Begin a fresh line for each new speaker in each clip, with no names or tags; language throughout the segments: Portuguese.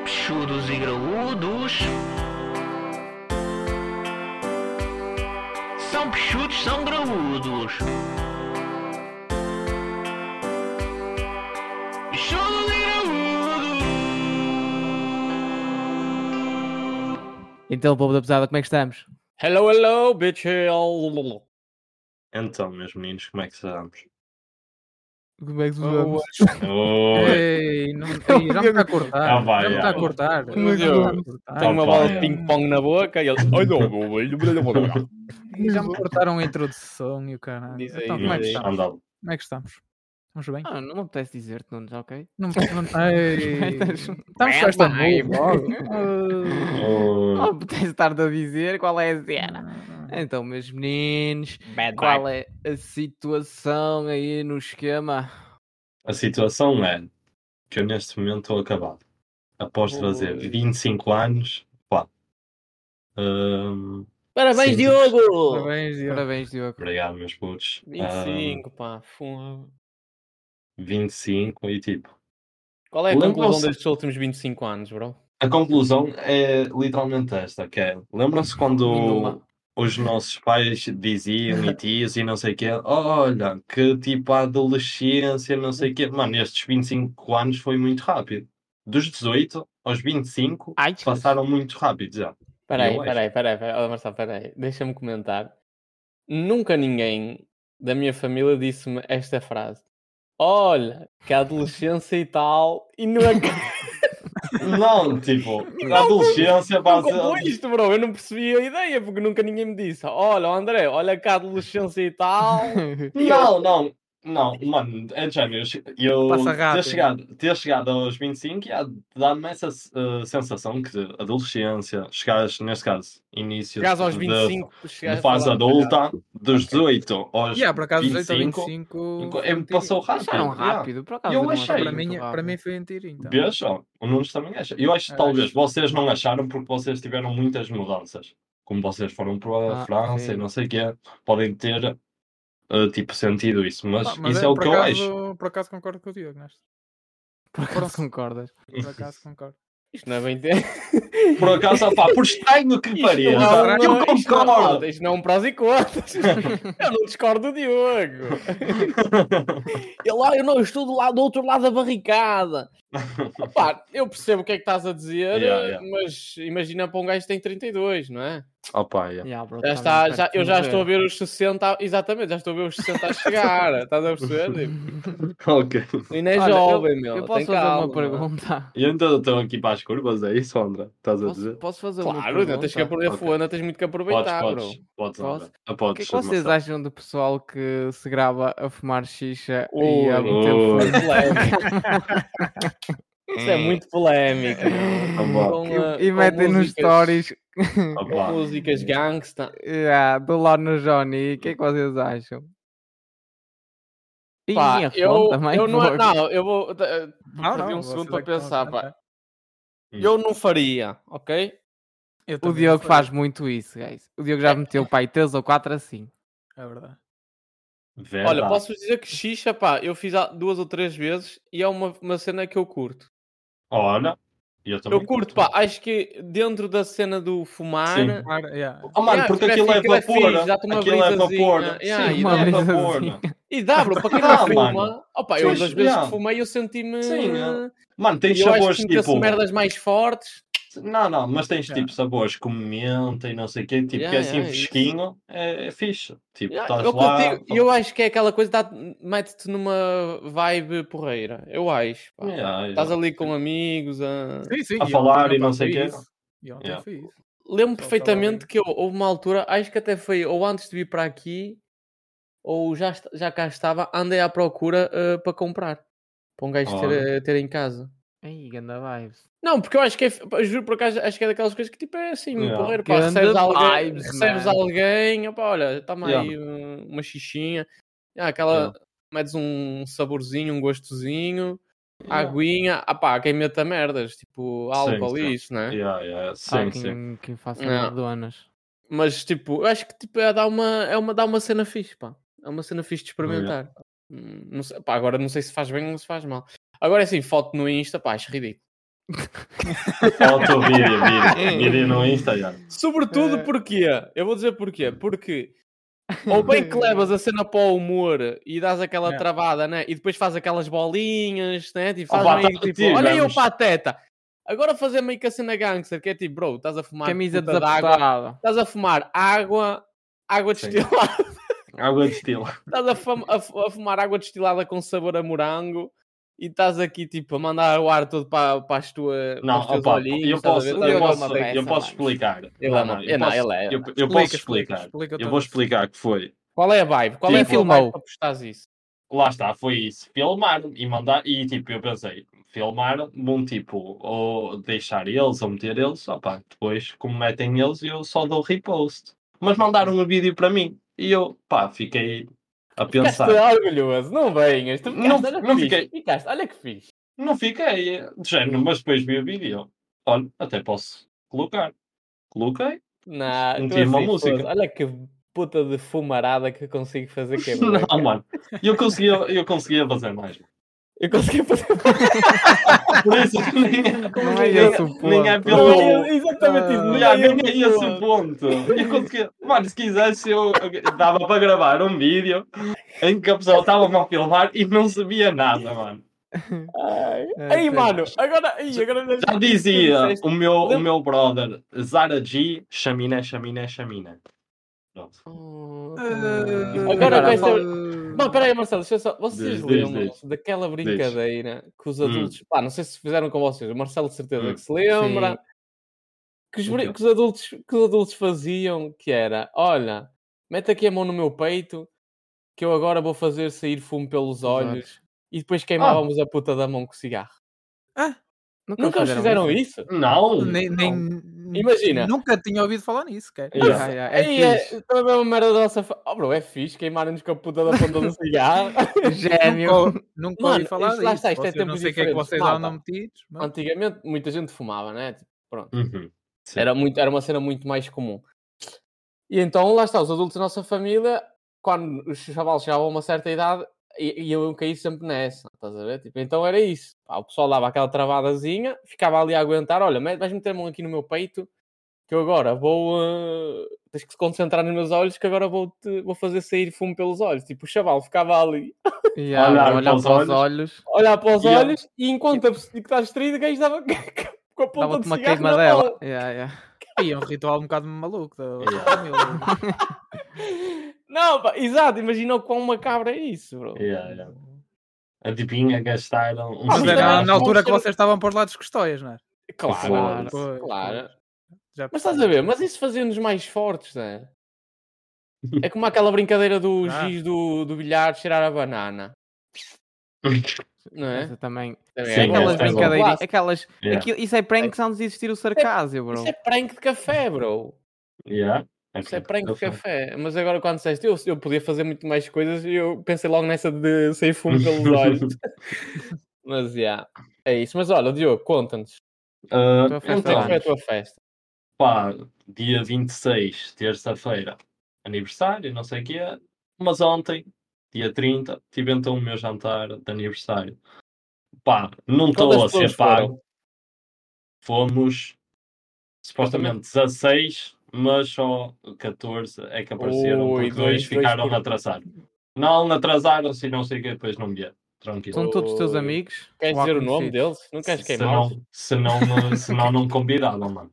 cabeçudos e graúdos. São peixudos, são graúdos. Peixudos e graúdos.
Então, povo da pesada, como é que estamos?
Hello, hello, bitch. hello.
Então, meus meninos, como é que estamos?
Como é que vamos?
Oi.
Ei, não, ei, já me está a cortar.
Ah, vai,
já me
já. Tá
está a cortar. Já
Meu
me está a
Deus.
cortar.
Tenho uma
opa.
bola de ping-pong na boca e eles. Olha,
Ei, Já me cortaram a introdução e o caralho.
Diz aí,
Então, como é que
diz aí.
estamos?
Anda,
Como é que estamos? Estamos bem?
Ah, não me apetece dizer-te, Nunes, ok?
Não, não, ei, estamos com
Bem,
esta
bem.
boa.
Não
Oh.
Oi.
me apetece estar-te a dizer qual é a
Ah,
cena. Então, meus meninos,
Bad
qual é a situação aí no esquema?
A situação é que eu neste momento estou acabado. Após fazer 25 anos, pá. Hum,
Parabéns,
Sim.
Diogo!
Parabéns, Diogo.
Parabéns, Diogo.
obrigado, meus putos. Hum,
25, pá. fogo.
25 e tipo.
Qual é a
Lembram-se-
conclusão destes últimos 25 anos, bro?
A conclusão é literalmente esta, que é, lembram-se quando
Nenhuma.
os nossos pais diziam e tios e não sei o quê, olha, que tipo a adolescência, não sei o quê. Mano, estes 25 anos foi muito rápido. Dos 18 aos 25
Ai, desculpa.
passaram muito rápido já.
Peraí,
Eu acho.
peraí, peraí, peraí. Olha, Marcelo, peraí. Deixa-me comentar. Nunca ninguém da minha família disse-me esta frase. Olha, que a adolescência e tal, e não é
Não, tipo, a adolescência
Não
passa.
comprou isto, bro. Eu não percebi a ideia, porque nunca ninguém me disse. Olha, André, olha cá a adolescência e tal.
Não, não, não, mano, é de género. Eu
Passa
ter
rápido.
chegado, ter chegado aos 25 já dá-me essa eh, sensação que de adolescência, chegares, neste caso, início
Chegares aos
de-
25,
de,
chegares
fase
lá,
adulta, dos
Ok.
18 aos
Yeah, por acaso, 18 a
25,
25.
enco- é,
foi um
passou
tirinho.
rápido.
Acharam
yeah.
rápido, por acaso.
Eu
não
achei.
achei
Para mim,
muito
para mim
rápido.
foi um tiro, então. É,
Vês, ó, o Nunes também acha. Eu acho que
Acho.
talvez vocês não acharam porque vocês tiveram muitas mudanças. Como vocês foram para a
Ah,
França
sim.
e não sei o quê, podem ter eh, tipo sentido isso, mas,
Pá, Ah, mas
isso é, o
por
que eu
acaso-
acho.
Por acaso concordo com o Diogo, neste.
Por acaso concordas?
Por acaso concordo.
Isto não é bem tempo.
Por acaso, pá, por estranho que pareça,
há-
isto
eu
não é
concordo.
nada, Isto não é um prós e contras. eu não discordo do Diogo. Ele lá, eu não, eu estou do, lado, do outro lado da barricada. Opá, eu percebo o que é que estás a dizer,
Yeah, yeah.
mas imagina para um gajo que tem 32, não é?
Opa, é.
Yeah, bro, tá
Já
estás muito
está, já,
perto de
eu já
morrer.
estou a ver os 60, a- exatamente, já estou a ver os 60 a chegar, estás a perceber? Tipo,
Ok.
E nem é
Olha,
jovem, meu.
Eu
tem
posso fazer
calma,
uma pergunta?
E então eu estou aqui para as curvas, é isso, André? Estás a
Posso,
dizer?
posso fazer uma
Claro,
pergunta?
ainda tens que aproveitar,
Ok.
ainda tens muito que
Podes,
aproveitar,
podes,
bro.
podes,
Posso?
André.
O que
Ah,
é
Podes,
que vocês
Marcelo.
acham do pessoal que se grava a fumar xixa e
Ui,
a meter
ui.
fogo?
Polémico. Isso é muito polémico. meu.
Vambora.
Com,
E-
eh,
E
com
metem nos
músicas-
stories
com
Opa.
músicas gangsta.
yeah, do lado no Johnny. O que é que vocês acham? E
Pá,
minha
eu,
conta, mãe,
eu não,
fogo.
não, eu vou. eh,
Hum.
Não,
perdi um
vocês
segundo
é
para
que estão a
pensar, pá.
comentar.
Eu não faria, ok?
Eu
O
também não
Diogo
sei.
faz muito isso, guys. O Diogo já meteu pai 3 ou 4 assim.
É verdade.
É Verdade.
Olha, posso vos dizer que xixa, pá, eu fiz há duas ou três vezes e é uma, uma cena que eu curto.
Olha, Oh, eu também.
eu curto, pá, acho que dentro da cena do fumar.
Sim.
Claro, yeah.
Oh, mano,
Yeah,
porque
tipo, é
aquilo
fixe, aquilo é
é vapor.
fixe, dá-te uma
Aquilo é
brisazinha.
vapor.
Yeah,
Sim,
e dá
é
uma
vapor.
E dá, bro, para quem não
Ah,
fuma.
mano.
Opa, eu
Pois,
das vezes
yeah.
que fumei eu senti-me.
Sim, yeah.
eh,
Mano, tens
eu acho
sabores
que sinto-se
tipo.
merdas mais fortes.
Não, não, mas tens
Yeah.
tipo sabores com menta e não sei o quê, tipo, que
Yeah,
é assim
yeah, isso.
fresquinho, é, é fixe. Tipo,
Yeah,
estás
eu,
lá.
contigo- eu acho que é aquela coisa, dá- mete-te numa vibe porreira. Eu acho. pá.
Yeah,
Estás
yeah.
ali com amigos. ah, a-
Sim, sim,
A
e
falar
ontem,
e não
pá,
sei
foi
quê.
isso. E ontem
Yeah.
foi isso.
Lembro
Só estava
perfeitamente
ali.
que eu- houve uma altura, acho que até foi ou antes de vir para aqui, ou já, est- já cá estava, andei à procura eh, para comprar. Para um gajo ter,
Olha.
eh, ter em casa.
Ai, ganda vibes.
Não, porque eu acho que é, pá, juro por acaso, acho que é daquelas coisas que tipo é assim,
Yeah.
porreiro, pá,
Ganda
recebes alguém,
vibes,
recebes
man.
alguém, opá, olha, toma aí eh, uma xixinha, ah, aquela,
Yeah.
metes um saborzinho, um gostozinho,
é?
aguinha, ah pá, quem meta merdas, tipo
Sim,
álcool
sim.
e isso, não é?
Yeah, yeah,
Há
Sim, sim.
quem, quem faça
Não.
donas.
Mas tipo, eu acho que tipo, é, dá uma, é uma, dá uma cena fixe, pá. É uma cena fixe de experimentar. Hum, Não sei, pá, agora não sei se faz bem ou se faz mal. Agora assim, foto no Insta, pá, acho ridículo.
Foto, vídeo, vídeo. Vídeo no Instagram.
Sobretudo
Eh.
porquê? Eu vou dizer porquê.
hum.
Porque ou bem que levas a cena para o humor e dás aquela
É.
travada, né? E depois faz aquelas bolinhas, né? Tipo, faz
Opa,
meio,
tá
tipo,
contigo,
olha eu
vamos.
pateta. Agora fazer meio que a cena gangster, que é tipo, bro, estás a fumar
Camisa
puta de água,
desapertada.
estás a fumar água, água
Sim.
destilada,
Água de estilo.
estás a, fam- a fu- a fumar água destilada com sabor a morango. E estás aqui, tipo, a mandar o ar todo para, para as tuas.
Não,
para os teus
opa,
olhinhos,
eu
estás a
posso,
ver? Tá
Ele é
eu
uma
posso, eu
peça,
posso
mano.
explicar.
Ele é uma-
eu
não,
posso-
ele é, ele
eu-
é.
Eu posso
Explica,
explicar.
explica
Eu
tudo.
vou explicar que foi.
Qual é a vibe? Qual
Quem
é a tua
filmou?
vibe para postares isso?
Lá está, foi isso. Filmar e mandar. E tipo, eu pensei, filmar de um tipo, ou deixar eles, ou meter eles, opá, depois como metem eles, eu só dou repost. Mas mandaram um vídeo para mim e eu, pá, fiquei a
Ficaste
pensar.
orgulhoso, não venhas. Tu ficaste,
Não-
olha que
não
fixe,
fiquei.
Ficaste, olha que fixe.
Não fiquei eh, de género, mas depois vi o vídeo e eu, olha, até posso colocar. Coloquei.
Não,
Não
tu
tive uma
assim,
música.
foda-se, Olha que puta de fumarada que eu consigo fazer que é bué,
Não,
cara.
mano, eu conseguia, eu conseguia fazer mais.
Eu consegui fazer
Por isso, nem,
Não é
nem-
esse o ponto.
nem é pelo.
Não, é exatamente isso.
Ah,
não
Já,
é
nem é
esse o
esse o
ponto.
ponto. Eu conseguia... Mano, se quisesse, eu dava para gravar um vídeo em que a pessoa estava-me a filmar e não sabia nada, mano.
Ai.
É,
Aí,
pois.
mano, agora. Aí, agora
Já dizia
Tu disseste-
o meu, o meu brother, Zara G, chaminé, chaminé, chaminé. Pronto.
Ah,
eh,
Agora vai
fala-
ser. Não, peraí, Marcelo, deixa Hum. eu só. Vocês
Diz, diz,
lembram-se daquela brincadeira que os adultos. Pá, não sei se fizeram com vocês, o Marcelo de certeza
Hum.
que se lembra. Que os, brin- que os adultos, que os adultos faziam que era: olha, mete aqui a mão no meu peito que eu agora vou fazer sair fumo pelos olhos. E depois queimávamos a puta da mão com cigarro. Nunca os fizeram isso?
Não,
Nem,
não.
nem-
Imagina.
Nunca tinha ouvido falar nisso, cara.
Yeah.
Ah, yeah,
É, Ei,
É
é, também é uma merda da nossa. Fa... Oh, bro, é fixe queimar-nos com a puta da ponta do cigarro.
fixe. É Gênio.
Nunca, nunca
É Mano,
ouvi falar
isto
disso.
lá está, isto é
Vocês- não
tempos
sei o que é que
diferentes,
vocês lá
malta.
não metidos. Mas...
Antigamente muita gente fumava, né? Tipo, Pronto.
Uhum. Sim.
Era, muito, era uma cena muito mais comum. E então lá está, os adultos da nossa família, quando os chavales chegavam a uma certa idade, i- iam cair sempre nessa, estás a ver? Tipo, então era isso. Pá, o pessoal dava aquela travadazinha, ficava ali a aguentar, olha, me- vais meter a mão aqui no meu peito, que eu agora vou. eh, tens que se concentrar nos meus olhos, que agora vou, -te, vou fazer sair fumo pelos olhos. Tipo, o chaval ficava ali,
Yeah,
Olhar
olhar para os olhos.
a olhar para os
E ele-
olhos, e enquanto a pessoa que está distraída, o gajo dava com a ponta
Dava-te
de
uma
cigarro na mão.
queimadela. Yeah, yeah.
E é um ritual um bocado maluco. Da...
Yeah.
família.
Não, pá, exato, imagina o quão macabro é isso, bro.
Yeah, yeah. é Adivinha, gastaram tipo, um
Mas
Sim,
era
Ah, mas
na
vão
altura que
ser-
vocês estavam para os lados custóias, não é?
Claro,
Claro,
Pois,
claro.
pois. Já
Mas estás a ver, mas isso fazia-nos mais fortes, não é? É como aquela brincadeira do
Ah.
giz do, do bilhar cheirar a banana, não é?
Essa também.
Também
Sim,
é
Aquelas
essa é boa.
brincadeirinhas.
clássico.
Aquelas.
Yeah.
aquilo- Isso é prank que não desistir o sarcasmo, bro.
Isso é prank de café, bro.
Yeah.
Isso é prank de café. Mas agora quando disseste, eu, eu podia fazer muito mais coisas e eu pensei logo nessa de sair fumo pelos olhos. mas, já, é isso. Mas olha, Diogo, conta-nos.
Ah,
Tua festa
Como é que
então,
foi a tua festa?
pá, dia 26, terça-feira, aniversário, não sei o quê, mas ontem, dia 30, tive então o meu jantar de aniversário. Pá, não estou
Quantas
a Então, ser
pessoas foram?
pago. Fomos supostamente 16, mas só 14 é que apareceram,
Ui,
porque
dois-
dois ficaram
dois por-
atrasados. Não, um atrasaram-se e não sei o quê, depois não vieram. Tranquilo.
São todos os teus amigos.
Queres
Ou há
dizer o nome
conhecidos?
deles? Não queres
Se
queimá-los?
não, se não, me- se não, não me convidavam, mano.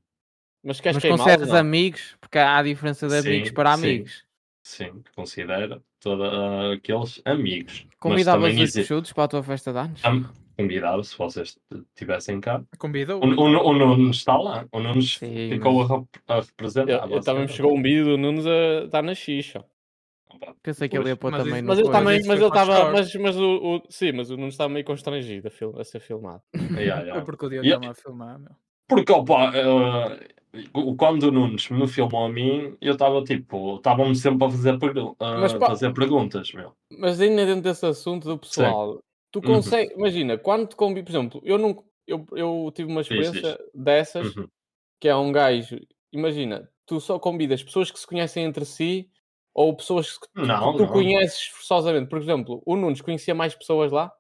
Mas queres
assim. Mas com
queimá-los?
certos
não?
amigos, porque há a diferença de
é Sim,
amigos para
sim.
amigos.
Sim, considera todos aqueles amigos.
Convidavas
também
os
exi-
chudos para a tua festa de anos?
Tam- Convidado, se vocês estivessem cá.
Convidou.
O, o, o Nuno está lá. O Nuno
Sim,
ficou a, rep- a representar.
Eu, eu também me
basicamente.
chegou um vídeo do Nunes a estar na xixa.
Pensei que ele ia pôr
Mas isso-
também
Mas
no
ele
coisa. assim,
também,
isso
mas
foi
ele
para os
estava,
cortes.
mas, mas o, o- sim, mas o Nunes estava meio constrangido a, fil- a ser filmado.
Yeah, yeah.
Eu porque o Diogo
Yeah.
estava a filmar, meu.
Porque, opa, eh, o- quando o Nunes me filmou a mim, eu estava tipo, estavam-me sempre a fazer, pergu- a
Mas, pá-
fazer perguntas, meu.
Mas ainda dentro desse assunto do pessoal, tu
Uhum.
consegue, imagina, quando te convido, por exemplo, eu nunca, eu, eu tive uma
diz.
experiência dessas,
Uhum.
que é um gajo, imagina, tu só convidas pessoas que se conhecem entre si ou pessoas que
Não,
tu
não.
conheces forçosamente. Por exemplo, o Nunes conhecia mais pessoas lá?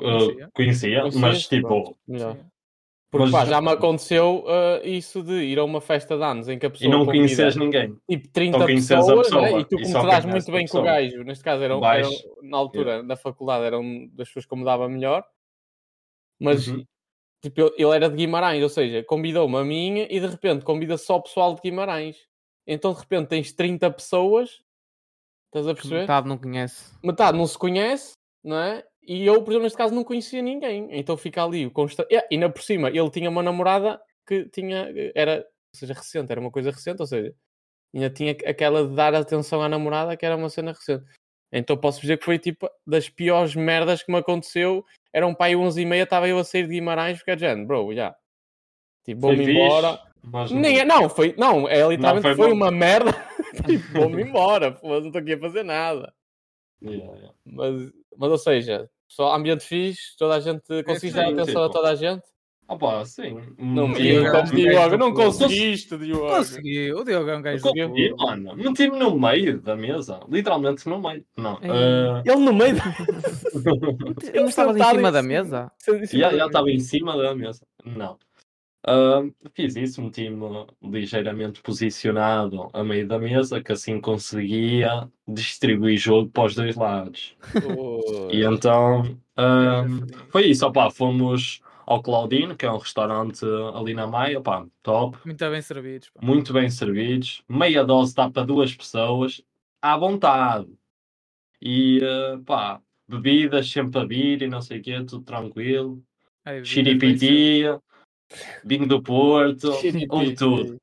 Eh, conhecia,
Conhecia?
mas tipo,
Melhor.
Sim.
Porque
Mas-
pá, já me aconteceu ah, isso de ir a uma festa de anos em que a pessoa.
E não
convida-
conheces ninguém.
tipo 30
Só conheces a
pessoas,
pessoa,
né? e tu
e
como
só
te dás
conheces
muito
a
bem com o
pessoa.
gajo, neste caso eram,
Vais-
eram- um- na altura, na faculdade, eram das pessoas que me dava melhor, mas
Uhum.
tipo, ele- ele era de Guimarães, ou seja, convidou-me a minha e de repente convida só o pessoal de Guimarães. Então de repente tens 30 pessoas, estás a
Que
perceber?
metade não conhece.
metade não se conhece, não é? E eu, por exemplo, neste caso, não conhecia ninguém. Então fica ali o constante. E ainda por cima, ele tinha uma namorada que tinha. Era. Ou seja, recente, era uma coisa recente, ou seja, ainda tinha aquela de dar atenção à namorada, que era uma cena recente. Então posso dizer que foi tipo das piores merdas que me aconteceu. Era um pai 11 e meia, estava eu a sair de Guimarães, porque é de género, bro, já. Tipo,
Foi
vou-me
É fixe,
embora.
mas não-
Ninguém, não, foi, não, é literalmente
foi
foi,
bom.
uma merda. tipo, vou-me embora, pô, não estou aqui a fazer nada.
Yeah, yeah.
Mas, mas ou seja, só ambiente fixe, toda a
É
gente conseguiste dar
sim,
atenção a
tipo,
toda a gente.
Ah pá, sim.
Não
Meti-
me digas,
meti-
Diogo, não
meti-
conseguiste, Diogo.
Consegui. O Diogo é um gajo.
Diogo.
Consegui, mano. Meti-me no meio da mesa. Literalmente no meio. Não.
Ei.
ah,
Ele no meio.
Ele não estava em
sentado
cima
em
da
cima.
mesa?
já já
tá
estava em cima da mesa. Não. Ah, fiz isso, meti-me ligeiramente posicionado a meio da mesa, que assim conseguia distribuir jogo para os dois lados. E então ah, foi isso, opá, fomos ao Claudino, que é um restaurante ali na Maia, opá, top,
Muito bem servidos. Pá.
muito bem servidos, meia dose dá para duas pessoas, à vontade. E ah, pá, bebidas sempre a vir e não sei o quê, tudo tranquilo.
Ai, vida, bem
Chiripiti, vinho do Porto, houve tá tudo,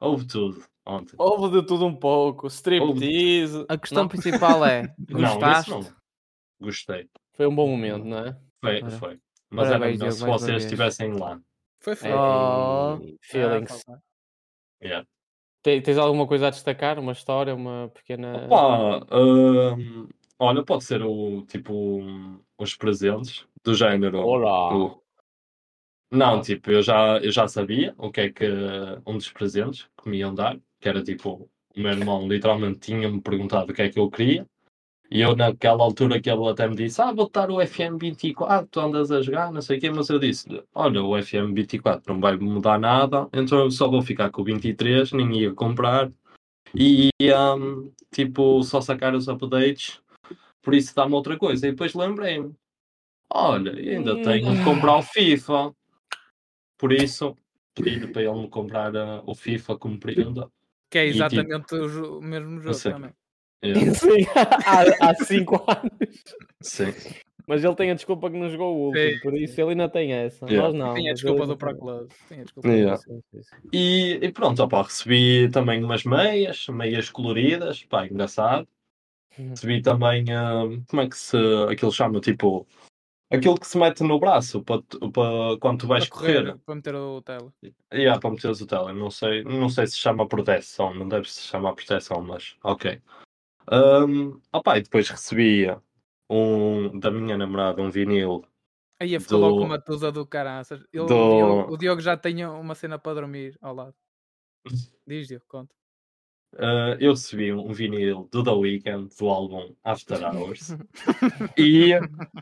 houve tudo ontem.
Houve de tudo um pouco. Striptease.
A questão
Não.
principal é:
Não,
gostaste?
isso não. Gostei,
Foi um bom momento, não é?
foi,
Ora.
foi. Mas era
Parabéns,
melhor
Diogo,
se
mais uma
vocês
vez.
estivessem lá.
Foi
Ei,
feio.
Oh.
É, Feelings.
Ah, pá, pá.
Te- Tens alguma coisa a destacar? Uma história, uma
Eh,
pequena.
Opa, hum, olha, pode ser o tipo um, os presentes do género.
Olá!
o- Tipo, Não,
Ah.
tipo, eu já, eu já sabia o que é que um dos presentes que me iam dar, que era tipo, o meu irmão literalmente tinha-me perguntado o que é que eu queria, e eu naquela altura que ele até me disse, ah, vou dar o FM24, tu andas a jogar, não sei o quê, mas eu disse-lhe, olha, o FM24 não vai mudar nada, então eu só vou ficar com o 23, nem ia comprar, e ia, hum, tipo, só sacar os updates, por isso dá-me outra coisa, e depois lembrei-me, olha, ainda
Hum.
tenho de comprar o FIFA. Por isso, pedi-lhe para ele me comprar ah, o FIFA como prenda.
Que é
E, tipo,
exatamente o, jo- o mesmo jogo
sei.
também.
É,
Sim, há, há cinco anos.
sim.
Mas ele tem a desculpa que não jogou o último,
Sim.
por isso ele ainda tem essa.
Yeah.
Nós não. É.
Tem a
mas
desculpa
ele-
do Pro Club. Tem a desculpa.
Yeah.
Sim, sim, sim.
E, e pronto, opá, recebi também umas meias, meias coloridas, pá, engraçado.
Hum.
Uhum.
Recebi também, ah, como é que se, aquilo chama, tipo, aquilo que se mete no braço para, tu- para quando tu vais
Para correr,
correr.
para meter o tela.
Yeah, para meteres o tele, não sei, não sei se chama proteção, não deve se chamar proteção, mas ok. Um, opá, e depois recebia um, da minha namorada um vinil
Aí
Do-
ficou logo com uma tusa do caraças. Ele- o,
Do-
Diogo, o Diogo já tinha uma cena para dormir ao lado. Diz, Diogo, conta.
Uh, eu recebi um vinil do The Weeknd, do álbum After Hours. e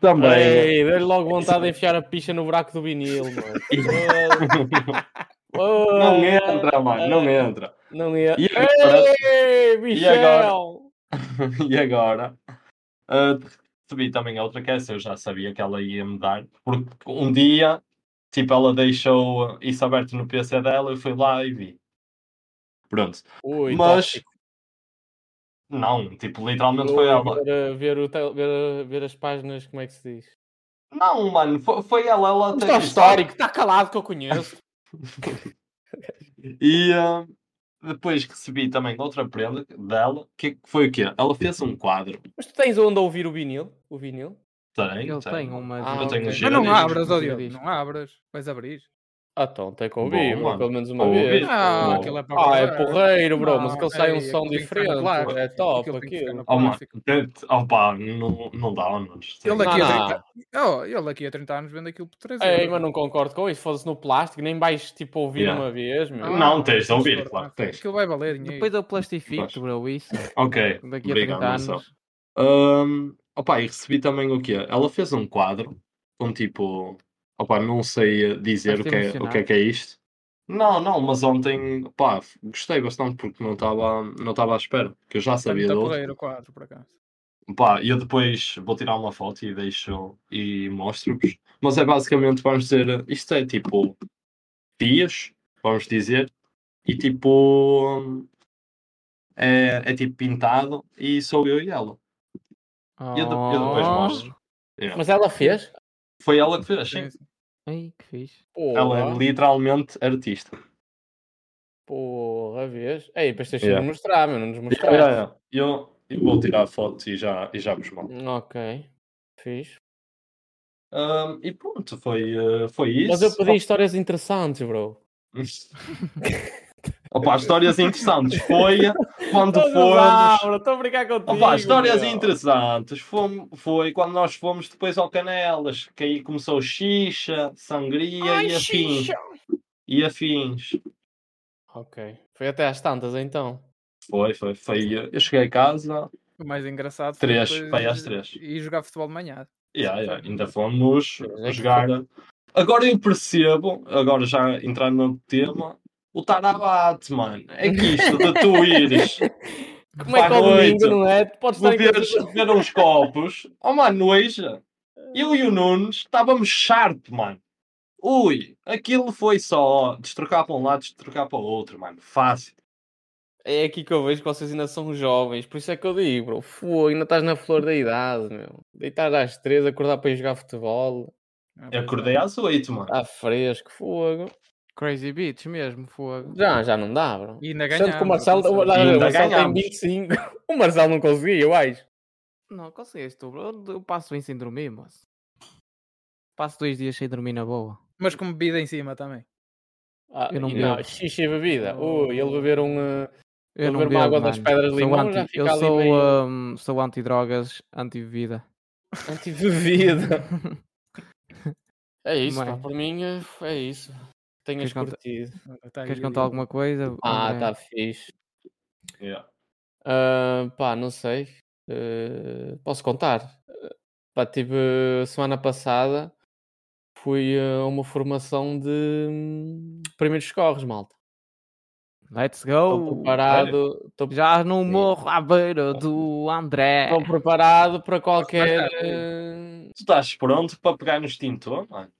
também.
Ei, dei logo vontade de enfiar a picha no buraco do vinil, mano. Oh,
não entra, mano, não entra.
Não ia.
E agora-
Ei, Michel!
e agora? uh, recebi também outra que é essa eu já sabia que ela ia me dar, porque um dia, tipo, ela deixou isso aberto no PC dela, eu fui lá e vi. Pronto.
Ui,
Mas. Não, tipo, literalmente foi ela.
Ver, ver, o tel- ver, ver as páginas, como é que se diz?
Não, mano, foi, foi ela, ela até
Está
disse,
tá histórico, está calado que eu conheço.
E ah, depois recebi também outra prenda dela, que foi o quê? Ela fez um quadro.
Mas tu tens onde ouvir o vinil? O vinil?
Tem,
Ele
tem.
tem uma.
Ah,
Eu
ok.
tenho um
Mas não
Giradiscos,
abras, ó
um
Diogo,
giradiscos.
não abras. Vais abrir.
Ah, então tem que ouvir,
Bom, mano.
pelo menos uma
Vou
vez.
ouvir.
Ah,
Bom.
aquilo é para
Ah, é
guardar.
porreiro, bro, mas
Não,
aquilo sai um
ei,
som
aquilo tem que ficar
diferente.
no plástico.
É top
Aquilo tem que ficar
aquilo.
no
Oh, mano,
plástico.
gente, oh, pá, não, não dá, mano. Ah,
Ele aqui,
Não,
a 30... Oh, ele aqui a 30 anos vende aquilo por 3
Ei, É, mas não concordo com isso. Fosse no plástico, nem vais tipo ouvir
Yeah.
uma vez, meu.
Ah. Não, tens de ouvir, claro, tens.
Aquilo vai valer dinheiro.
Depois eu plastifico,
Gosto.
bro, isso.
Ok,
Daqui a
obrigado,
30 anos.
Marcelo. Hum, opá, e recebi também o quê? Ela fez um quadro com tipo Opa, não sei eh, dizer o
Vais-te
que, é, o que é que é isto. Não, não, mas ontem, pá, gostei bastante porque não estava não estava à espera, que eu já
Está
sabia
muito a
do
correr
outro.
o quadro, por acaso.
Pá, eu depois vou tirar uma foto e deixo e mostro-vos. Mas é basicamente, vamos dizer, isto é tipo dias, vamos dizer, e tipo é, é tipo pintado e sou eu e ela. E eu, de- eu depois
Oh.
mostro. Yeah.
Mas ela fez?
Foi ela que fez, sim.
Sim, sim.
Ai, que fixe.
Ela é
Porra,
literalmente artista.
porra, vês? Ei, depois tens de
Yeah.
nos mostrar, meu, não nos
Yeah,
mostraste.
yeah, yeah. Eu, eu vou tirar fotos e já, e já vos mando.
Ok, fiz.
Ahm, e pronto, foi, eh, foi isso.
Mas eu pedi histórias interessantes, bro.
Opa, histórias interessantes. Foi quando fomos.
Laura, estou a brincar contigo.
Opa, histórias
meu.
interessantes. Fomos, foi quando nós fomos depois ao Canelas, que aí começou xixa, sangria e afins. E afins.
Ok, foi até às tantas então.
Foi, foi, foi. eh, Eu cheguei a casa.
O mais engraçado
Três,
foi depois
vai às três.
ir jogar futebol de manhã.
Yeah, yeah, ainda fomos
Mas é que
jogar. Agora eu percebo, agora já entrando no tema, o Tarabate, mano. É que isto de tu ires
Como é
à
que ao
noite,
domingo, não é? Tu podes estar em casa-
beberes, beber uns copos, oh, mano, hoje, eu e o Nunes estávamos sharp, mano. Ui, aquilo foi só destrocar para um lado, destrocar para o outro, mano. Fácil.
É aqui que eu vejo que vocês ainda são jovens, por isso é que eu digo, bro. Fô, ainda estás na flor da idade, meu. Deitar às três, acordar para ir jogar futebol.
Ah, pois é.
Eu acordei às oito, mano.
Está fresco, fogo.
Crazy Beats mesmo, fogo.
Já, já não dá, bro.
E ainda
Tanto
ganhamos. é
que o Marcelo, o,
atenção.
olha,
Ainda
o Marcelo tem
ganhámos.
25. O Marcelo não conseguia, eu acho.
Não, conseguiste, tu, bro. Eu- Eu passo bem sem dormir, moço. Passo dois dias sem dormir na boa.
Mas com bebida em cima também.
Ah,
Eu não
e não,
bebo.
xixi e bebida.
Oh.
Ui, ele beber um. eh,
Eu não
Vou beber
bebo,
uma água das
mano.
pedras
Sou
de limão, já
anti,
fica
Eu
ali
sou,
meio-
hum, sou anti-drogas, anti-bebida.
um tipo Antivida. É isso, pá,
Mano.
por mim eh, é isso.
Queres
Tenhas
contar-
curtido.
Tá
Queres
aí-
contar alguma coisa?
Ah,
André?
é.
tá fixe.
Yeah.
Ah, pá, não sei. Eh, posso contar? Eh, pá, tive eh, semana passada fui eh, a uma formação de hum, primeiros socorros, malta.
Let's
Estou
go!
preparado, É. estou
Já não
Sim.
morro à beira do André.
estou preparado para
marcar,
qualquer.
sim.
eh,
Tu estás pronto para pegar no extintor, mano?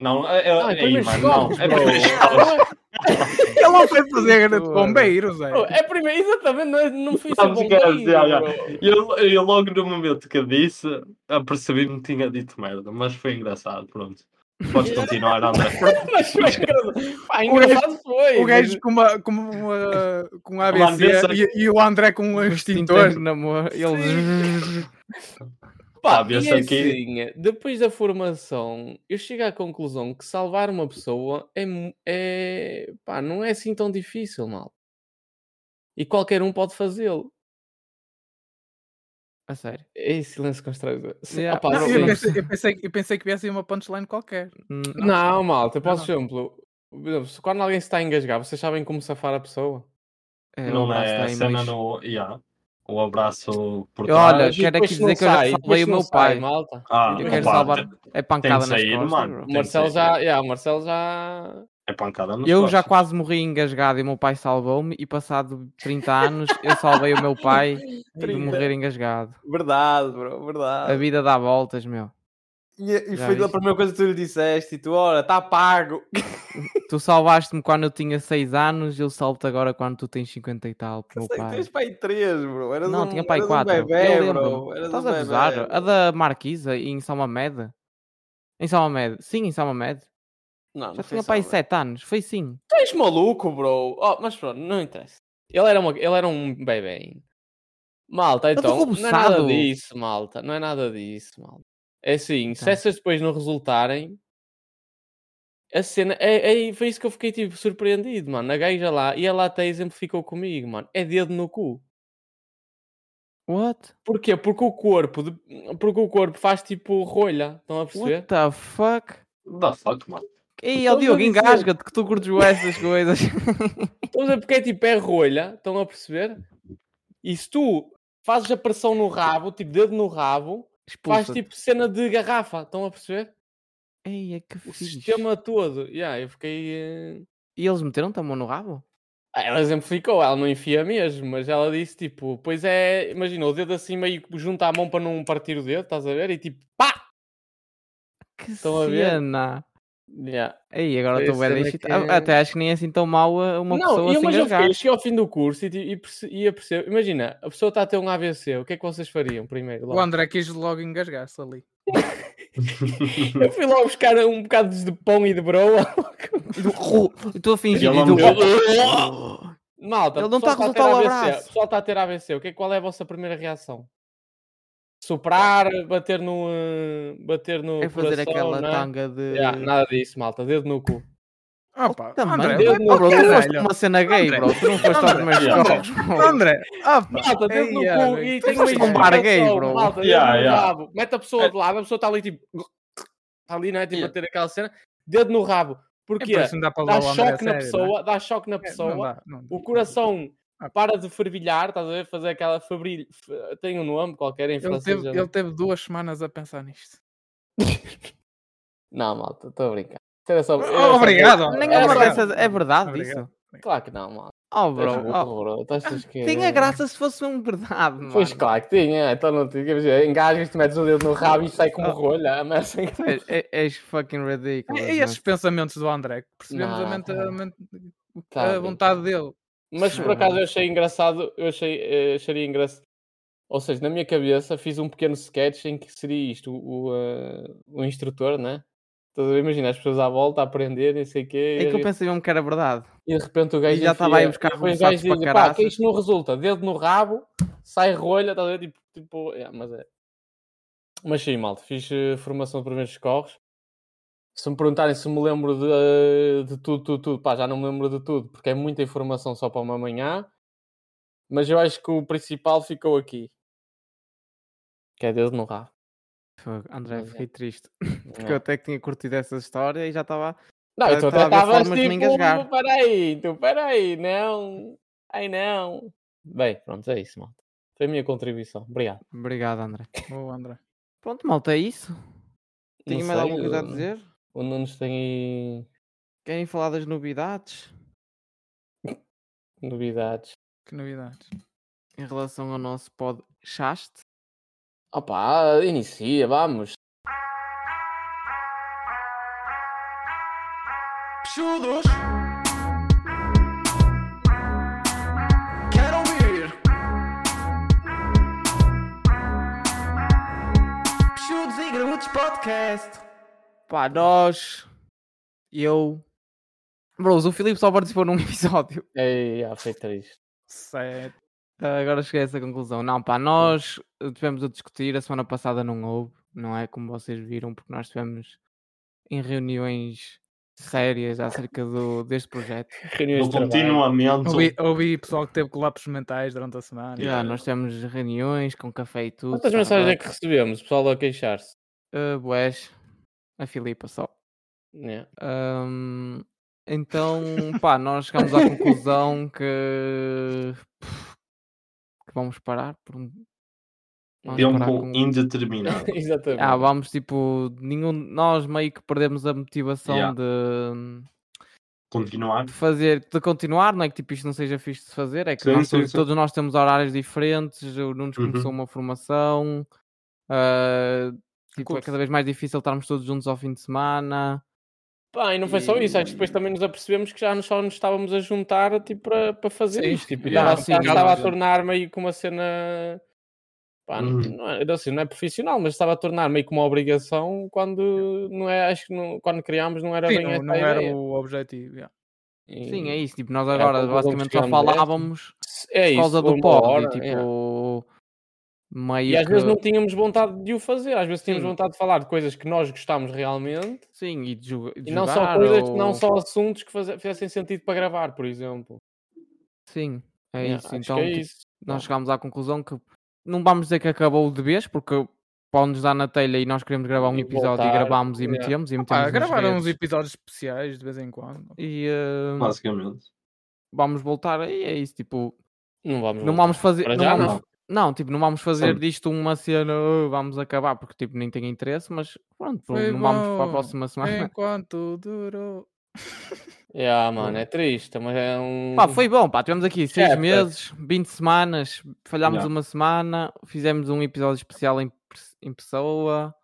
Não, é, é,
Não, é
é aí,
primeiros
mano, não.
socorros,
É
bro.
primeiros socorros.
Ele não foi fazer de
Boa.
bombeiros, é.
Não, é primeiro, exatamente, não, é- não fui ser
Sabes o que é,
bombeiro,
já, já.
bro.
Eu, eu logo no momento que eu disse, apercebi-me que tinha dito merda, mas foi engraçado, pronto. Podes continuar, André.
Mas foi engraçado. Pá,
O gajo-
engraçado foi.
O gajo
mas-
com, uma, com, uma, com um
Holandesa.
ABC e, e o André com um extintor.
Extintor, namoro.
Sim.
Eles.
Pá,
Ah, vê-se
e
aqui.
assim, depois da formação, eu chego à conclusão que salvar uma pessoa é, mu- é pá, não é assim tão difícil, mal. E qualquer um pode fazê-lo.
A sério.
É silêncio constrangedor. Sim,
Yeah,
opá,
Não,
sim.
eu,
sim.
pensei, eu, pensei, eu pensei que viesse aí uma punchline qualquer.
Hum,
Não, malta, por
Não, não.
exemplo, por exemplo, um se- quando alguém se está a engasgar, vocês sabem como safar a pessoa?
é,
Não
abraço
é
da
a cena
Emily.
no. Yeah. O abraço por
Eu, olha,
trás.
E
quero
depois
aqui
não
dizer que eu já
sai,
salvei
depois
o
não
meu
sai,
pai.
malta.
Ah,
Eu quero
opa,
salvar. É pancada
tem
nas
que sair,
costas,
mano.
bro.
O
Tem que
Marcelo
sair.
já, yeah, o Marcelo já
É pancada no
Eu já quase morri engasgado e o meu pai salvou-me. E passado 30 anos, eu salvei o meu pai de morrer engasgado.
Verdade, bro,
A
verdade.
vida dá voltas, meu.
E, e
É, Já
foi a
viste?
primeira coisa que tu lhe disseste e tu, ora, está pago.
Tu salvaste-me quando eu tinha 6 anos. Eu salvo-te agora quando tu tens 50 e tal. Meu
Sei que
pai.
tens pai 3, bro. Eras
Não,
um,
tinha pai
eras
4.
Um bebé,
eu lembro.
bro. Eras
Estás
um
a abusar?
bebé.
A da Marquisa em São Mamed? Em São Mamed? Sim, em São Mamed.
Não,
Já
não foi
tinha
só,
pai
bro.
7 anos. Foi sim.
Tu és maluco, bro. Oh, mas pronto, não interessa. Ele era, uma, ele era um bebê ainda. Malta,
tô
então. Não é nada
cobiçado.
disso, malta. Não é nada disso, malta. É assim, se
Então.
essas depois não resultarem. A cena. É, é- foi isso que eu fiquei tipo surpreendido, mano. A gaja lá. E ela até exemplificou comigo, mano. É dedo no cu.
What?
Porquê? Porque o corpo. de- Porque o corpo faz tipo rolha. Estão a perceber?
What the fuck?
The fuck, mano.
Ei,
Então
ó
Estou-vos a
Diogo,
dizer.
engasga-te que tu curtes bué essas coisas.
Estamos a porque é tipo é rolha, estão a perceber? E se tu fazes a pressão no rabo, tipo dedo no rabo, faz
Expulsa-te.
tipo cena de garrafa, estão a perceber?
Eia, que
O
fixe.
sistema todo. Yeah, eu fiquei. eh,
E eles meteram-te a mão no rabo?
Ah, Ela exemplificou, ela não enfia mesmo, mas ela disse tipo, pois é, imagina, o dedo assim meio que junta a mão para não partir o dedo, estás a ver? E tipo, pá!
Que
Estão a ver?
cena!
Yeah.
Aí, agora
Foi
estou
a
bem
cena
excitado.
que-
Até acho que nem é assim tão mal uh, uma
Não,
pessoa
eu,
se
mas eu,
engasgar.
fiquei, eu cheguei ao fim do curso e, ti- e, perce- e apercebo- imagina, a pessoa está a ter um AVC, o que é que vocês fariam primeiro?
O
Logo?
André quis logo engasgar-se ali.
Eu fui lá buscar um bocado de pão e de broa.
E tu- Ru, e tu a fingir. "Oh!"
Ele
e
não
tu-
Malta,
Ele não está
pessoal
a
ter
resultar o
AVC,
abraço.
pessoal está a ter AVC. O que é, qual é a vossa primeira reação? Soprar, bater no. eh, bater no.
É fazer
coração,
aquela
não é?
tanga de.
Ya, nada disso, malta. Dedo no cu.
Opa,
Também,
André,
Deus
vai
me
Oh, bro,
para o
tu foste
caralho.
uma cena gay,
André.
bro. Tu não foste aos
André.
meus
Yeah.
corpos.
André, opa,
Malta, dedo no
Ei,
cu.
Ana,
e
tu
tem
foste
uma
um
bar
injeção,
gay, bro.
Malta, dedo
Ya,
no
ya.
rabo. Mete a pessoa de lado, a pessoa está ali tipo. Está ali, não é? Tipo,
Ya.
a ter aquela cena. Dedo no rabo. Porquê?
é, não dá para
Dá
levar o André a
choque na
sério, não é?
pessoa, dá choque na
É, não
pessoa.
dá, não dá.
O coração
Ah.
para de fervilhar, estás a ver? Fazer aquela febril. fe- Tem um nome qualquer em
Ele
francês.
teve,
eu
ele teve duas semanas a pensar nisto.
Não, malta, estou a brincar. Isto era só-
Oh,
era só-
obrigado,
era
André.
Nenhuma
só-
Obrigado.
graça. É verdade
Obrigado.
isso?
Claro que não, malta.
Oh,
Bro,
bro. oh,
bro, tu
Ah,
achas é que...
Tinha graça se fosse um verdade, mano.
Pois claro que tinha, então não tinha. Engajas, te metes o dedo no rabo e sai
Ah.
como
Oh.
rolha. Mas...
Tu és- é- És fucking
é,
ridiculous.
E É, esses
mano. É
pensamentos do André, que percebemos a,
Não,
mente-
tá.
a mente-
Tá
a
bem,
Ah, vontade dele.
Mas por acaso eu achei engraçado, eu achei, eh, acharia engraçado. Ou seja, na minha cabeça fiz um pequeno sketch em que seria isto, o, o, eh, o instrutor, né? Estás a ver? Imagina as pessoas à volta a aprender, não sei o quê.
É que eu
e-
pensei mesmo que era verdade.
E de repente o gajo
já estava aí a buscar
depois o
resultados
gajo
para
diz, pá, que
caraças."
isto não resulta, dedo no rabo, sai rolha, estás a ver? Tipo, tipo yeah, mas é. Mas sim, malta, fiz eh, formação de primeiros socorros. Se me perguntarem se me lembro de, eh, de tudo, tudo, tudo, pá, já não me lembro de tudo, porque é muita informação só para uma manhã. Mas eu acho que o principal ficou aqui. Que é dedo no rabo.
Fogo, André,
Mas é.
fiquei triste. Porque eu
Yeah.
até que tinha curtido essa história e já estava.
Não,
eu
então até
tava a ver
estavas
formas de me
tipo,
engasgar.
peraí, tu peraí, não, ai não. Bem, pronto, é isso, malta. Foi a minha contribuição, obrigado.
Obrigado, André.
Boa, Oh, André.
Pronto, malta, é isso. Tinha
Não
mais alguma
sei,
coisa a
o-
dizer?
O Nunes tem
Querem falar das novidades
aí novidades.
Que novidades.
em relação ao nosso podcast?
Opa, inicia, vamos.
Chudos. Quero ouvir. Chudos e graúdos podcast.
Pá, nós. Eu. Bros, o Filipe só participou num episódio.
Ei, ah, foi triste.
Sete.
Ah, Agora cheguei a essa conclusão. Não, pá, nós eh, tivemos a discutir. A semana passada não houve, não é? Como vocês viram, porque nós estivemos em reuniões sérias acerca do, deste projeto.
Reuniões de
Do
trabalho.
continuamento.
Ouvi,
um
ouvi pessoal que teve colapsos mentais durante a semana.
Já, nós tivemos reuniões com café e tudo.
Quantas mensagens é que
Starbucks.
recebemos? O pessoal a queixar-se.
Ah, bués, a Filipa só.
Yeah.
Ahm, então, pá, nós chegamos à conclusão que, que vamos parar por um vamos parar
Tempo
com-
indeterminado.
Exatamente.
Ah, vamos tipo, nenhum nós meio que perdemos a motivação
Yeah.
de,
Continuar.
de fazer, de continuar, não é que tipo isto não seja fixe de fazer, é que
Sim,
nós
sim,
todos,
sim.
todos nós temos horários diferentes, o Nunes
Uhum.
começou uma formação, ah, tipo, é
Curso.
cada vez mais difícil estarmos todos juntos ao fim de semana.
Pá, e não foi só isso, acho que depois também nos apercebemos que já nos- só nos estávamos a juntar tipo, para, para fazer
Sim,
isto. Tipo,
yeah,
já
sim,
estava, estava a
sim.
tornar meio que uma cena. Pá, não-
Uhum.
não, é, assim, não é profissional, mas estava a tornar meio que uma obrigação quando não é, acho que não- quando criámos não era
Sim,
bem
não,
essa
não
a
era
ideia.
o objetivo. yeah.
E-
Sim, é isso, tipo, nós
a
agora
conclusão que
basicamente só
chegamos a esta.
falávamos.
É
por
isso,
causa
por
do
uma
pod
hora,
e tipo
yeah.
meio
E às
que...
vezes não tínhamos vontade de o fazer, às vezes tínhamos
Sim.
vontade de falar de coisas que nós gostámos realmente
sim e de joga- de
e não só
jogar
coisas, não
ou-
só assuntos que faze- fizessem sentido para gravar, por exemplo.
sim é
Yeah,
isso
acho
então
que é
tipo,
isso.
nós
pá.
chegámos à conclusão que não vamos dizer que acabou de vez porque pode-nos dar na telha e nós queremos gravar um
E
episódio e
voltar,
gravámos e
yeah.
metemos e metemos
Pá,
nas
gravaram uns
redes.
episódios especiais de vez em quando.
e eh,
Basicamente.
vamos voltar aí é isso tipo
Não vamos
não
voltar.
vamos fazer
Para
não
já
vamos,
não.
Não, tipo, não vamos fazer
Sim.
disto uma cena, "Oh, vamos acabar, porque tipo, nem tem interesse, mas pronto,
Foi
não vamos para a
bom.
próxima semana.
Enquanto durou.
Yeah, mano, é triste, mas é um.
Pá, foi bom, pá, tivemos aqui seis
Certo.
meses, 20 semanas, falhámos
Yeah.
uma semana, fizemos um episódio especial em, pers- em pessoa,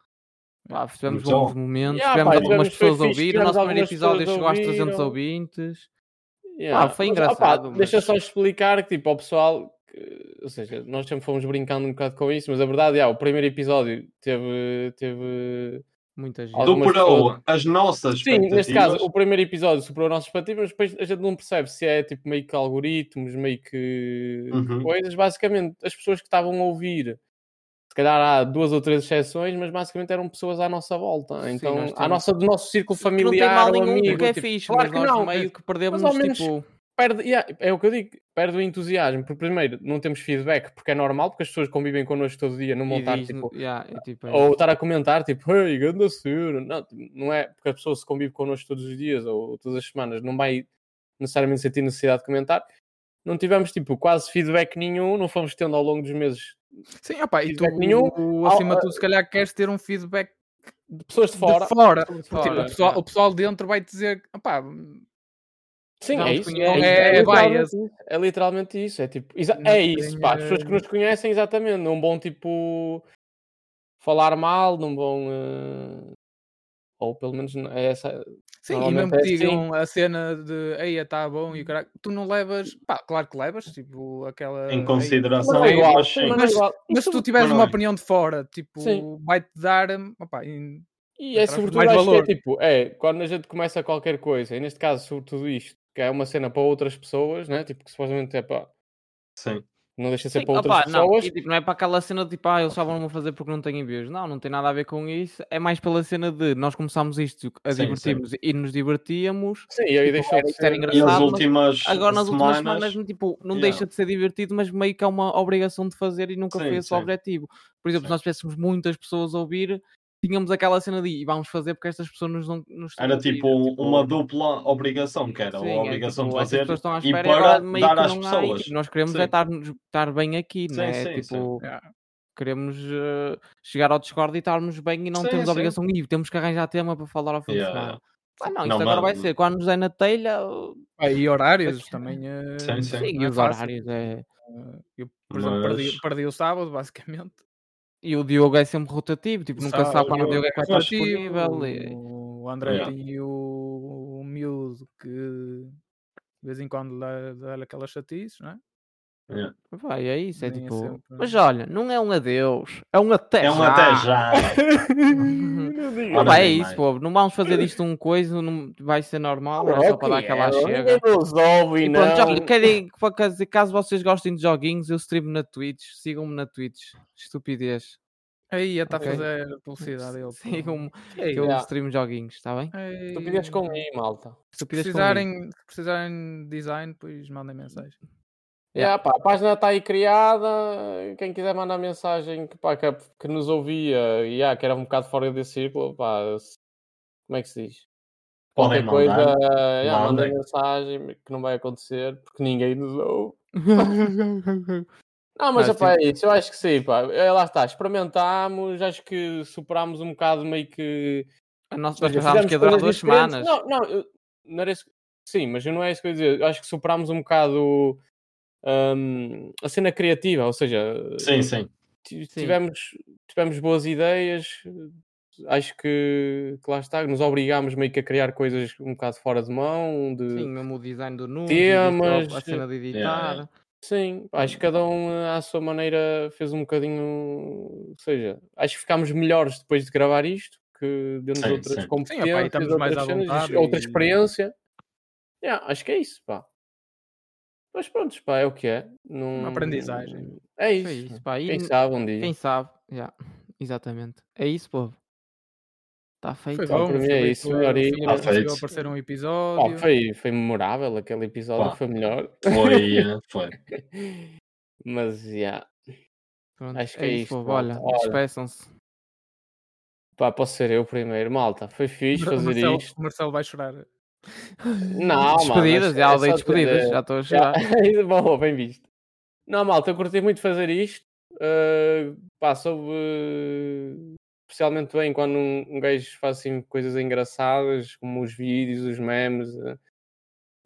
pá, tivemos
Então.
bons momentos,
Yeah,
tivemos
pá,
algumas
tivemos- foi
pessoas a
fixe,
ouvir, o nosso
tivemos
primeiro
algumas
episódio
pessoas
chegou aos 300
ouviram.
ouvintes.
Yeah.
Ah, foi
Mas,
engraçado, mas-
Deixa só explicar que, tipo, ao pessoal, que- ou seja, nós sempre fomos brincando um bocado com isso, mas a verdade é, o primeiro episódio teve. teve...
Muita gente.
Algumas
Superou as nossas
Sim, neste caso,
expectativas.
o primeiro episódio superou as nossas expectativas, mas depois a gente não percebe se é tipo meio que algoritmos, meio que
Uhum.
coisas. Basicamente, as pessoas que estavam a ouvir, se calhar há duas ou três exceções, mas basicamente eram pessoas à nossa volta.
Sim,
Então,
nós
à
temos-
nossa, do nosso círculo
Que não tem
familiar,
mal
ou
nenhum,
amigo.
porque é
tipo,
fixe,
claro
mas
que
nós
não,
meio que perdemos,
ao menos-
tipo...
perde, yeah, é o que eu digo, perde o entusiasmo. Porque, primeiro, não temos feedback, porque é normal, porque as pessoas convivem connosco todo dia, não
e
vão estar
diz-
tipo.
yeah, é tipo, é.
Ou estar a comentar, tipo, ei, ganda cena. Não, tipo, não é, porque a pessoa se convive connosco todos os dias ou todas as semanas, não vai necessariamente sentir necessidade de comentar. Não tivemos, tipo, quase feedback nenhum, não fomos tendo ao longo dos meses
Sim, opá, e tu,
Feedback é nenhum.
o- acima
Ah,
de tudo, se calhar queres ter um feedback
de pessoas de fora.
de fora.
De
Porque, tipo,
fora,
o, pessoal,
yeah.
o pessoal dentro vai dizer, opá,
Sim,
não
é
te
isso.
conhece,
isso,
é
literalmente
bias.
isso, é literalmente isso. É tipo, exa-
Não
é isso, pá. As
tenho-
pessoas que nos conhecem, exatamente. Não vão, tipo, falar mal, não vão. eh, Ou pelo menos não- é essa.
sim, e
Normalmente
mesmo que
é assim.
digam a cena de eia, está bom e o caralho, tu não levas, pá, claro que levas, tipo, aquela.
Em
"Ei,
consideração,
Mas é
igual,
mas sim.
mas é
Mas-
igual.
Mas
Isso-
se tu tiveres
Mas é.
uma
olha-
opinião de fora, tipo,
Sim.
vai-te dar. opá, em-
E é
Atrás
sobretudo
mais
acho que é
valor.
tipo, é, quando a gente começa qualquer coisa, e neste caso, sobretudo isto, que é uma cena para outras pessoas, né? Tipo, que supostamente é pá,
Sim.
não deixa de ser
Sim,
para outras
opá, não,
pessoas.
e, tipo, não é para aquela cena de tipo, ah, eles só vão fazer porque não têm views. Não, não tem nada a ver com isso. É mais pela cena de nós começámos isto a
Sim, sim.
divertirmos e nos divertíamos.
Sim, e aí
tipo,
deixou
era-
de
isto era
ser.
E as
engraçado, mas
últimas
Agora nas últimas
semanas.
semanas, tipo, não
yeah.
deixa de ser divertido, mas meio que é uma obrigação de fazer e nunca foi
Sim,
esse
sim.
o objetivo. Por exemplo, se
Sim.
nós tivéssemos muitas pessoas a ouvir, tínhamos aquela cena de "E vamos fazer porque estas pessoas nos não nos estão a
Era
ouvir",
tipo uma dupla obrigação, que era
um Sim,
a
é,
obrigação
tipo,
de
essas
fazer
pessoas estão à
e
espera
para
agora meio
dar
que
às
não há, e,
pessoas.
tipo, nós queremos
Sim.
é estar, estar bem aqui,
Sim,
não é?
sim, sim.
tipo,
Yeah.
queremos eh, chegar ao Discord e estarmos bem e não
Sim,
temos
sim.
obrigação e temos que arranjar tema para falar ao fim
Yeah,
de semana.
yeah.
Ah, não, isto
Não,
agora vai
mano.
ser quando nos der na telha, eh,
Pá, e horários
Pois,
também. eh,
Sim, sim.
sim,
não
e
é
os
fácil.
horários é.
Eu, por exemplo, perdi,
Mas-
perdi o sábado, basicamente.
E o Diogo é sempre rotativo, tipo,
O
nunca sabe,
sábado,
quando o Diogo é que vai estar
Mas tive
disponível. E...
O André
Yeah.
e o, o miúdo que de vez em quando dá- dá-lhe aquelas chatices, não é?
Vai, é isso, é
Nem é
tipo.
sempre-
Mas olha, não é um adeus, é um até
É um
já.
até já.
Ah,
Ora
pá, é
bem,
isso,
mãe.
povo. Não vamos fazer disto um coisa, não vai ser normal,
Não,
era só
o
para dar
que
aquela
é?
chega.
Ninguém nos ouve,
E pronto,
não.
olha, querem, para caso, caso vocês gostem de joguinhos, eu streamo na Twitch, sigam-me na Twitch. Estupidez.
Aí está
Ok.
a fazer publicidade ele. pô.
Sigam-me,
Ei,
que eu
Yeah.
streamo joguinhos, está bem?
ei,
Tu pedias com I, malta.
se
Estupidez comigo.
precisarem, se precisarem de design, pois mandem mensagem.
Yeah, É, pá, a página está aí criada. Quem quiser mandar mensagem que, pá, que, que nos ouvia e ah, que era um bocado fora desse círculo, pá, se- como é que se diz?
Podem
Qualquer coisa, eh,
mandar.
yeah, mandem
mandem.
mensagem que não vai acontecer porque ninguém nos ouve. Não, mas
Não,
rapaz, é isso, eu acho que sim, pá. É, lá está, experimentámos, acho que superámos um bocado meio que.
A nossa,
Ou
nós
seja,
pensámos
fizemos
que ia durar
coisas
duas semanas.
diferentes. Não, não, eu- não era isso. Sim, mas não é isso que eu ia dizer. Eu acho que superámos um bocado hum, a cena criativa, ou seja,
Sim, sim.
ti- tivemos, tivemos boas ideias. Acho que, que lá está, nos obrigámos meio que a criar coisas um bocado fora de mão. De...
Sim, mesmo o design do Nuno,
Temas, É.
a cena de editar.
yeah.
Sim, pá, acho que cada um eh, à sua maneira fez um bocadinho. Ou seja, acho que ficámos melhores depois de gravar isto, que deu-nos
Sim,
outras
sim.
competências,
Sim, opá, e estamos mais
outras
à
cenas,
vontade
outra
e-
experiência. Yeah, acho que é isso, pá. Mas pronto, pá, é o que é. Não...
Uma aprendizagem.
É
Foi
isso.
isso, pá. E
Quem
n-
sabe um dia.
quem sabe, já, exatamente. É isso, povo. Está feito.
Foi bom,
para mim é
foi
isso,
foi-
melhor
foi-
ir.
conseguiu
Perfeito.
aparecer um
Pá,
episódio.
Ah, foi, foi memorável aquele episódio,
Pá.
foi melhor.
Foi, eh, foi.
Mas yeah.
Pronto,
acho que
é
é
isso,
isto,
povo.
malta.
Olha,
Olha.
despeçam-se.
pá, posso ser eu primeiro. Malta, foi fixe
O
fazer
Marcelo,
isto.
o Marcelo vai chorar.
Não, mano,
despedidas,
é-
já
é
odeio
só
despedidas,
dizer-
já estou a
Já,
chorar.
Boa, bem visto. Não, malta, eu curti muito fazer isto. Uh, pá, soube uh, especialmente bem quando um, um gajo faz assim, coisas engraçadas, como os vídeos, os memes. uh, uh,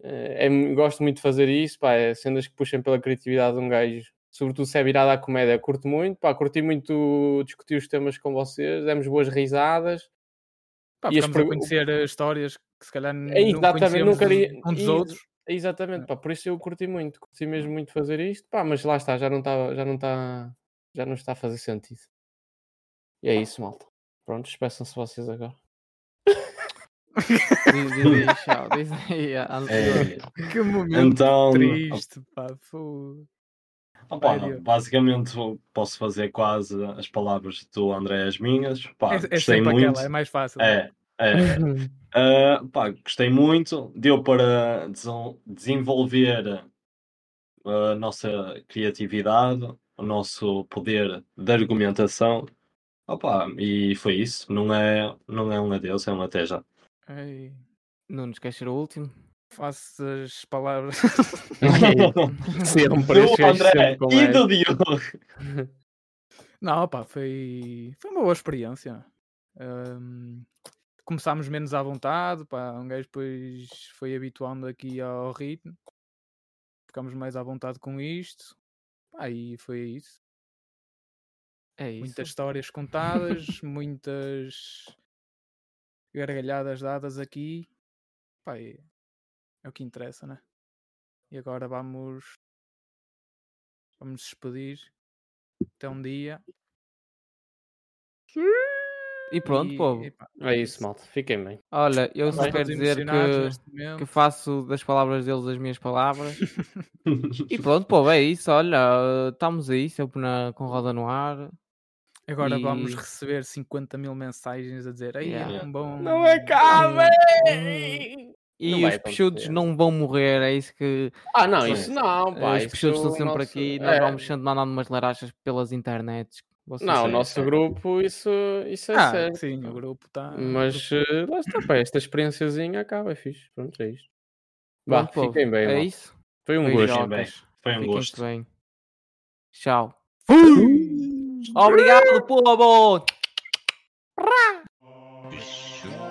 é mu- gosto muito de fazer isso, pá, é cenas que puxem pela criatividade de um gajo. Sobretudo se é virada à comédia, curto muito. Pá, curti muito discutir os temas com vocês, demos boas risadas.
Pá,
E as
ficamos
pergu-
a conhecer eh, histórias que se calhar n-
É,
não
exatamente,
conhecemos
nunca li-
um dos
e-
outros.
É.
Exatamente, pá, por isso eu curti muito, curti mesmo muito fazer isto, pá, mas lá está, já não está, já não está, já não está a fazer sentido. E é isso, malta. Pronto, despeçam-se vocês agora.
Diz, diz aí, Shell, diz aí, ah,
É,
Que momento
então,
triste, pá. fogo.
opá,
Sério?
basicamente posso fazer quase as palavras do André as minhas. Pá,
é, é
gostei
sempre
muito.
aquela, é mais fácil.
É, é. Ah, pá, gostei muito. Deu para desen- desenvolver ah, a nossa criatividade, o nosso poder de argumentação. Opa, e foi isso. Não é, não é um adeus, é um até já.
Ei,
Não nos quer ser o último.
faço as palavras.
sempre,
do André e do Diogo.
Não, pá, foi, foi uma boa experiência. Ahm, começámos menos à vontade, pá, um gajo depois foi habituando aqui ao ritmo. Ficámos mais à vontade com isto. Pá, e foi isso.
É isso.
Muitas histórias contadas, muitas gargalhadas dadas aqui. Pá, e é o que interessa, né? E agora vamos. Vamos despedir. Até um dia.
E pronto,
e-
povo.
e pá,
É isso, malta. Fiquem bem.
Olha, eu
Estamos
só
Bem.
quero
todos
dizer
emocionados
que,
neste momento.
que faço das palavras deles as minhas palavras. e pronto, povo, é isso. Olha, eh, estamos aí, sempre na, com roda no ar.
Agora vamos
E-
receber 50 mil mensagens a dizer "Ei,
Yeah.
é um bom.
Não acabem!
E
Não
os
vai
peixudos
acontecer.
não vão morrer, é isso que.
Ah, não,
Sim.
isso não,
eh,
pá.
os
isso
peixudos estão
o
sempre
nosso-
aqui. Nós
é,
vamos sendo mandando umas larachas pelas internets. Vocês
Não, o
sabem.
nosso
sim.
grupo, isso, isso é
Ah,
certo.
sim, o grupo tá
ah,
está.
Mas eh, lá está, pá, esta experiênciazinha acaba, é fixe. Pronto, é isto. Vá,
Pronto, povo,
fiquem bem,
É
malta.
isso.
Foi um
Foi
gosto.
jovem.
Bem, Foi um
Fiquem-se
gosto.
bem. Tchau. Obrigado, povo!
Bicho.